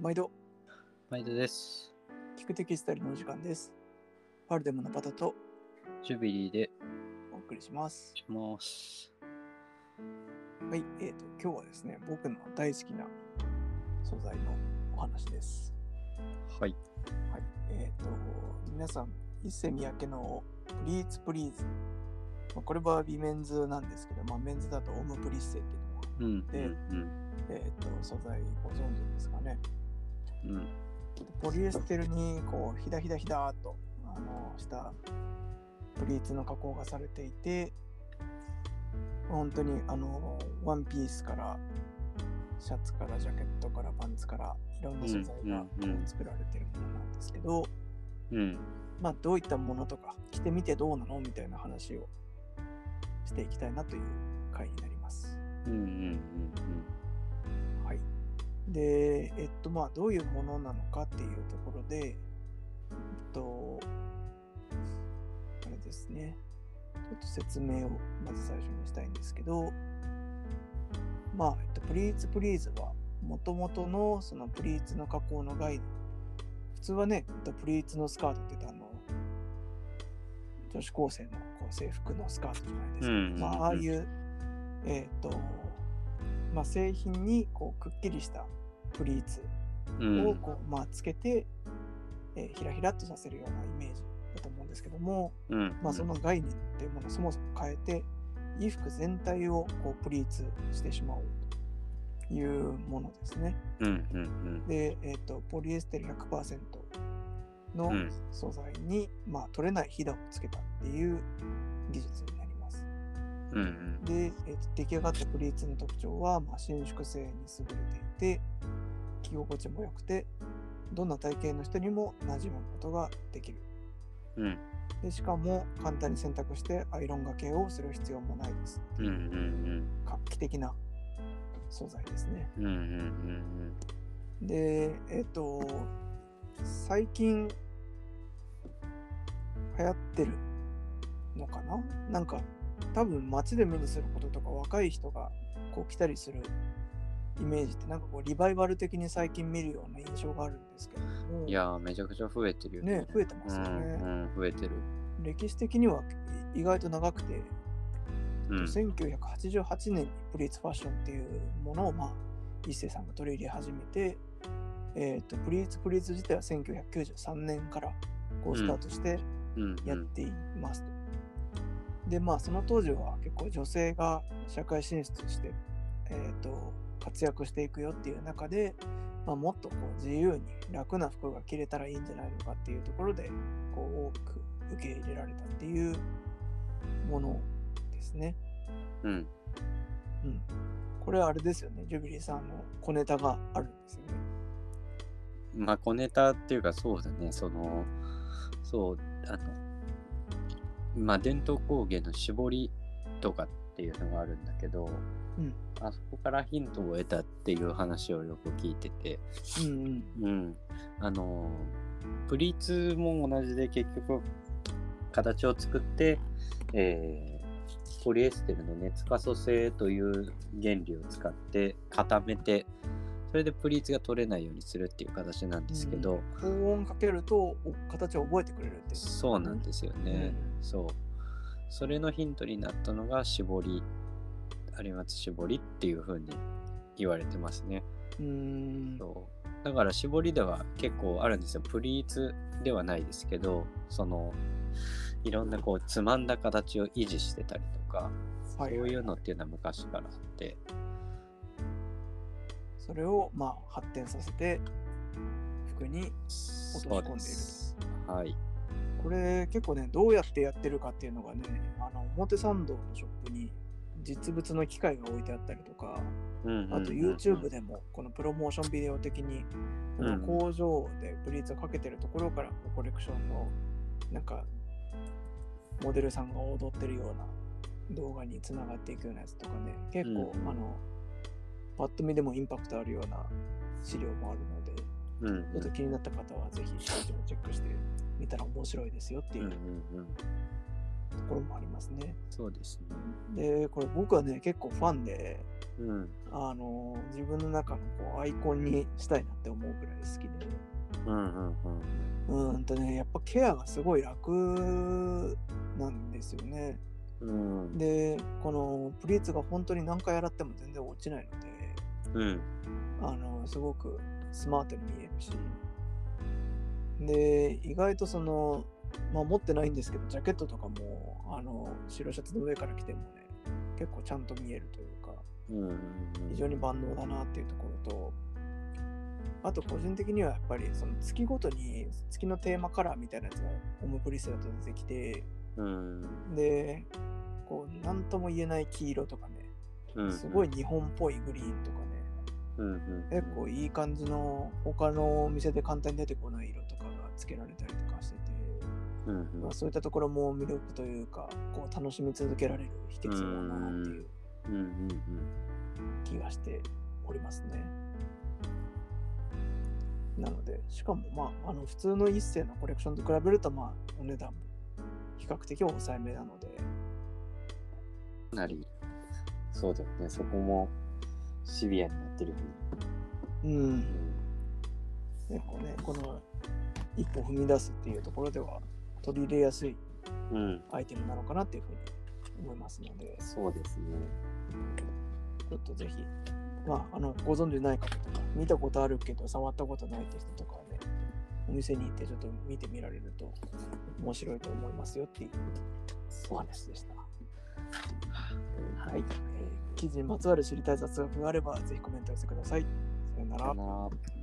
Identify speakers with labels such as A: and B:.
A: 毎度
B: 毎度です。
A: 聞くテキスタイルのお時間ですパルデムのパタと
B: ジュビリーで
A: お送りします
B: します。
A: はいえー、と今日はですね僕の大好きな素材のお話です
B: はい。
A: はいえー、と皆さん一世三宅のプリーツプリーズまあこれはビメンズなんですけど、まあ、メンズだとオムプリッセっていうのが
B: うん。
A: で
B: うん。
A: えー、と素材ご存知ですかね
B: うん。
A: ポリエステルにこうひだひだひだーっとあのしたプリーツの加工がされていて本当にあのワンピースからシャツからジャケットからパンツからいろんな素材がこ
B: うんうんうん
A: う作られてるものなんですけど、
B: うん。うん。
A: まあどういったものとか着てみてどうなのみたいな話をしていきたいなという回になります。
B: うん。うん。
A: はい、で、えっとまあ、どういうものなのかっていうところで、えっと、あれですね、ちょっと説明をまず最初にしたいんですけど、まあ、えっと、プリーツプリーズは、もともとのそのプリーツの加工の概念、普通はね、えっと、プリーツのスカートって言ったあの、女子高生のこう制服のスカートじゃないですか。
B: うん
A: まあ、ああいう、えっと、まあ、製品にこうくっきりしたプリーツ
B: うん。う
A: を
B: ん。
A: こう、まあ、つけて、えーひらひらっとさせるようなイメージだと思うんですけども、
B: うん。
A: まあ、その概念っていうものをそもそも変えて衣服全体をこうプリーツしてしまおうというものですね。
B: うん。うん。
A: で、えー、とポリエステル100%
B: う
A: の
B: ん。
A: 素材に、まあ、取れないひだをつけたっていう技術になります。
B: うん。うん。
A: で、えーと出来上がったプリーツの特徴は、まあ、伸縮性に優れていて着心地も良くてどんな体型の人にも馴染むことができる
B: うん。
A: でしかも簡単に洗濯してアイロンがけをする必要もないです
B: うん。うん。うん。
A: 画期的な素材ですね
B: うん。うん。
A: でえっ、と最近流行ってるのかななんか多分街で目にすることとか若い人がこう来たりするイメージってなんかこうリバイバル的に最近見るような印象があるんですけども
B: いやー、めちゃくちゃ増えてるよね
A: ね。増えてま
B: う
A: すよね、
B: ん。うん。増えてる。
A: 歴史的には意外と長くて、
B: うん。
A: 1988年にプリーツファッションっていうものを、まあ、一世さんが取り入れ始めて、えー、とプリーツプリーツ自体は1993年からこうスタートして
B: うん。う
A: やっ
B: ん。
A: ていますと。でまあその当時は結構女性が社会進出して、えー、と活躍していくよっていう中で、まあ、もっとこう自由に楽な服が着れたらいいんじゃないのかっていうところでこう多く受け入れられたっていうものですね。
B: うん。
A: うん、これあれですよね、ジュビリーさんの小ネタがあるんですよね。
B: まあ、小ネタっていうか、そうだね。その、そう、あの、まあ、伝統工芸の絞りとかっていうのがあるんだけど、
A: うん
B: あそこからヒントを得たっていう話をよく聞いてて、
A: うんうん。
B: うん、あのプリーツも同じで結局形を作って、えーポリエステルの熱可塑性という原理を使って固めてそれでプリーツが取れないようにするっていう形なんですけど、
A: 高音かけるとお形を覚えてくれるってい
B: そうなんですよ
A: う
B: ね、そうそれのヒントになったのが絞り有松絞りっていう風に言われてますね
A: うん。うん。
B: そうだから絞りでは結構あるんですよプリーツではないですけどそのいろんなこうつまんだ形を維持してたりとか
A: は
B: そ
A: いう
B: いうのっていうのは昔からあって
A: それをまあ発展させて服に
B: そうですはい
A: これ結構ねどうやってやってるかっていうのがねあの表参道のショップに実物の機械が置いてあったりとかあと YouTube でもこのプロモーションビデオ的にこ
B: うんう
A: の
B: ん
A: 工場でプリーツをかけてるところからこうコレクションのなんかモデルさんが踊ってるような動画につながっていくようなやつとかね結構
B: うんうん
A: あのパッと見でもインパクトあるような資料もあるので
B: うんうん
A: ちょっと気になった方はぜひこちらチェックしてみたら面白いですよって
B: う
A: い
B: んう
A: うん
B: うん
A: ところもありますね。
B: そうですね。
A: で、これ僕はね、結構ファンで、
B: うん。
A: あの自分の中のこうアイコンにしたいなって思うぐらい好きで。
B: うんうんうん。
A: うーんとね、やっぱケアがすごい楽なんですよね。
B: うん。
A: で、このプリーツが本当に何回洗っても全然落ちないので、
B: うん。
A: あのすごくスマートに見えるし。で、意外とその、まあ、持ってないんですけど、ジャケットとかもあの白シャツの上から着てもね、結構ちゃんと見えるというか、
B: うん。
A: 非常に万能だなっていうところと、あと個人的にはやっぱりその月ごとに月のテーマカラーみたいなやつがホームプリセットで出てきて、
B: うん。
A: で、こう、なんとも言えない黄色とかね、
B: うん。
A: すごい。日本っぽいグリーンとかね、
B: うんうん。
A: 結構いい感じの他のお店で簡単に出てこない色とかが付けられたりとかしてて、
B: うんうん。
A: まあ、そういったところも魅力というか、こう楽しみ続けられる秘訣だなっていう
B: うんうん
A: 気がしておりますね。なので、しかも、まあ、あの普通の一世のコレクションと比べると、まあ、お値段も比較的抑えめなので、
B: うん。かなり。そうだよね。そこも。シビアになってるよね。
A: うん、結構ね、この一歩踏み出すっていうところでは取り入れやすい
B: うん。うん。
A: アイテムなのかなっていうふうに思いますので、
B: そうですね。
A: ちょっとぜひ、まあ、あのご存知ない方とか、見たことあるけど触ったことないって人とかはね、お店に行ってちょっと見てみられると面白いと思いますよっていうお話でした。はい、えー記事にまつわる知りたい雑学があれば、ぜひコメントを寄せてください。さような。
B: からな。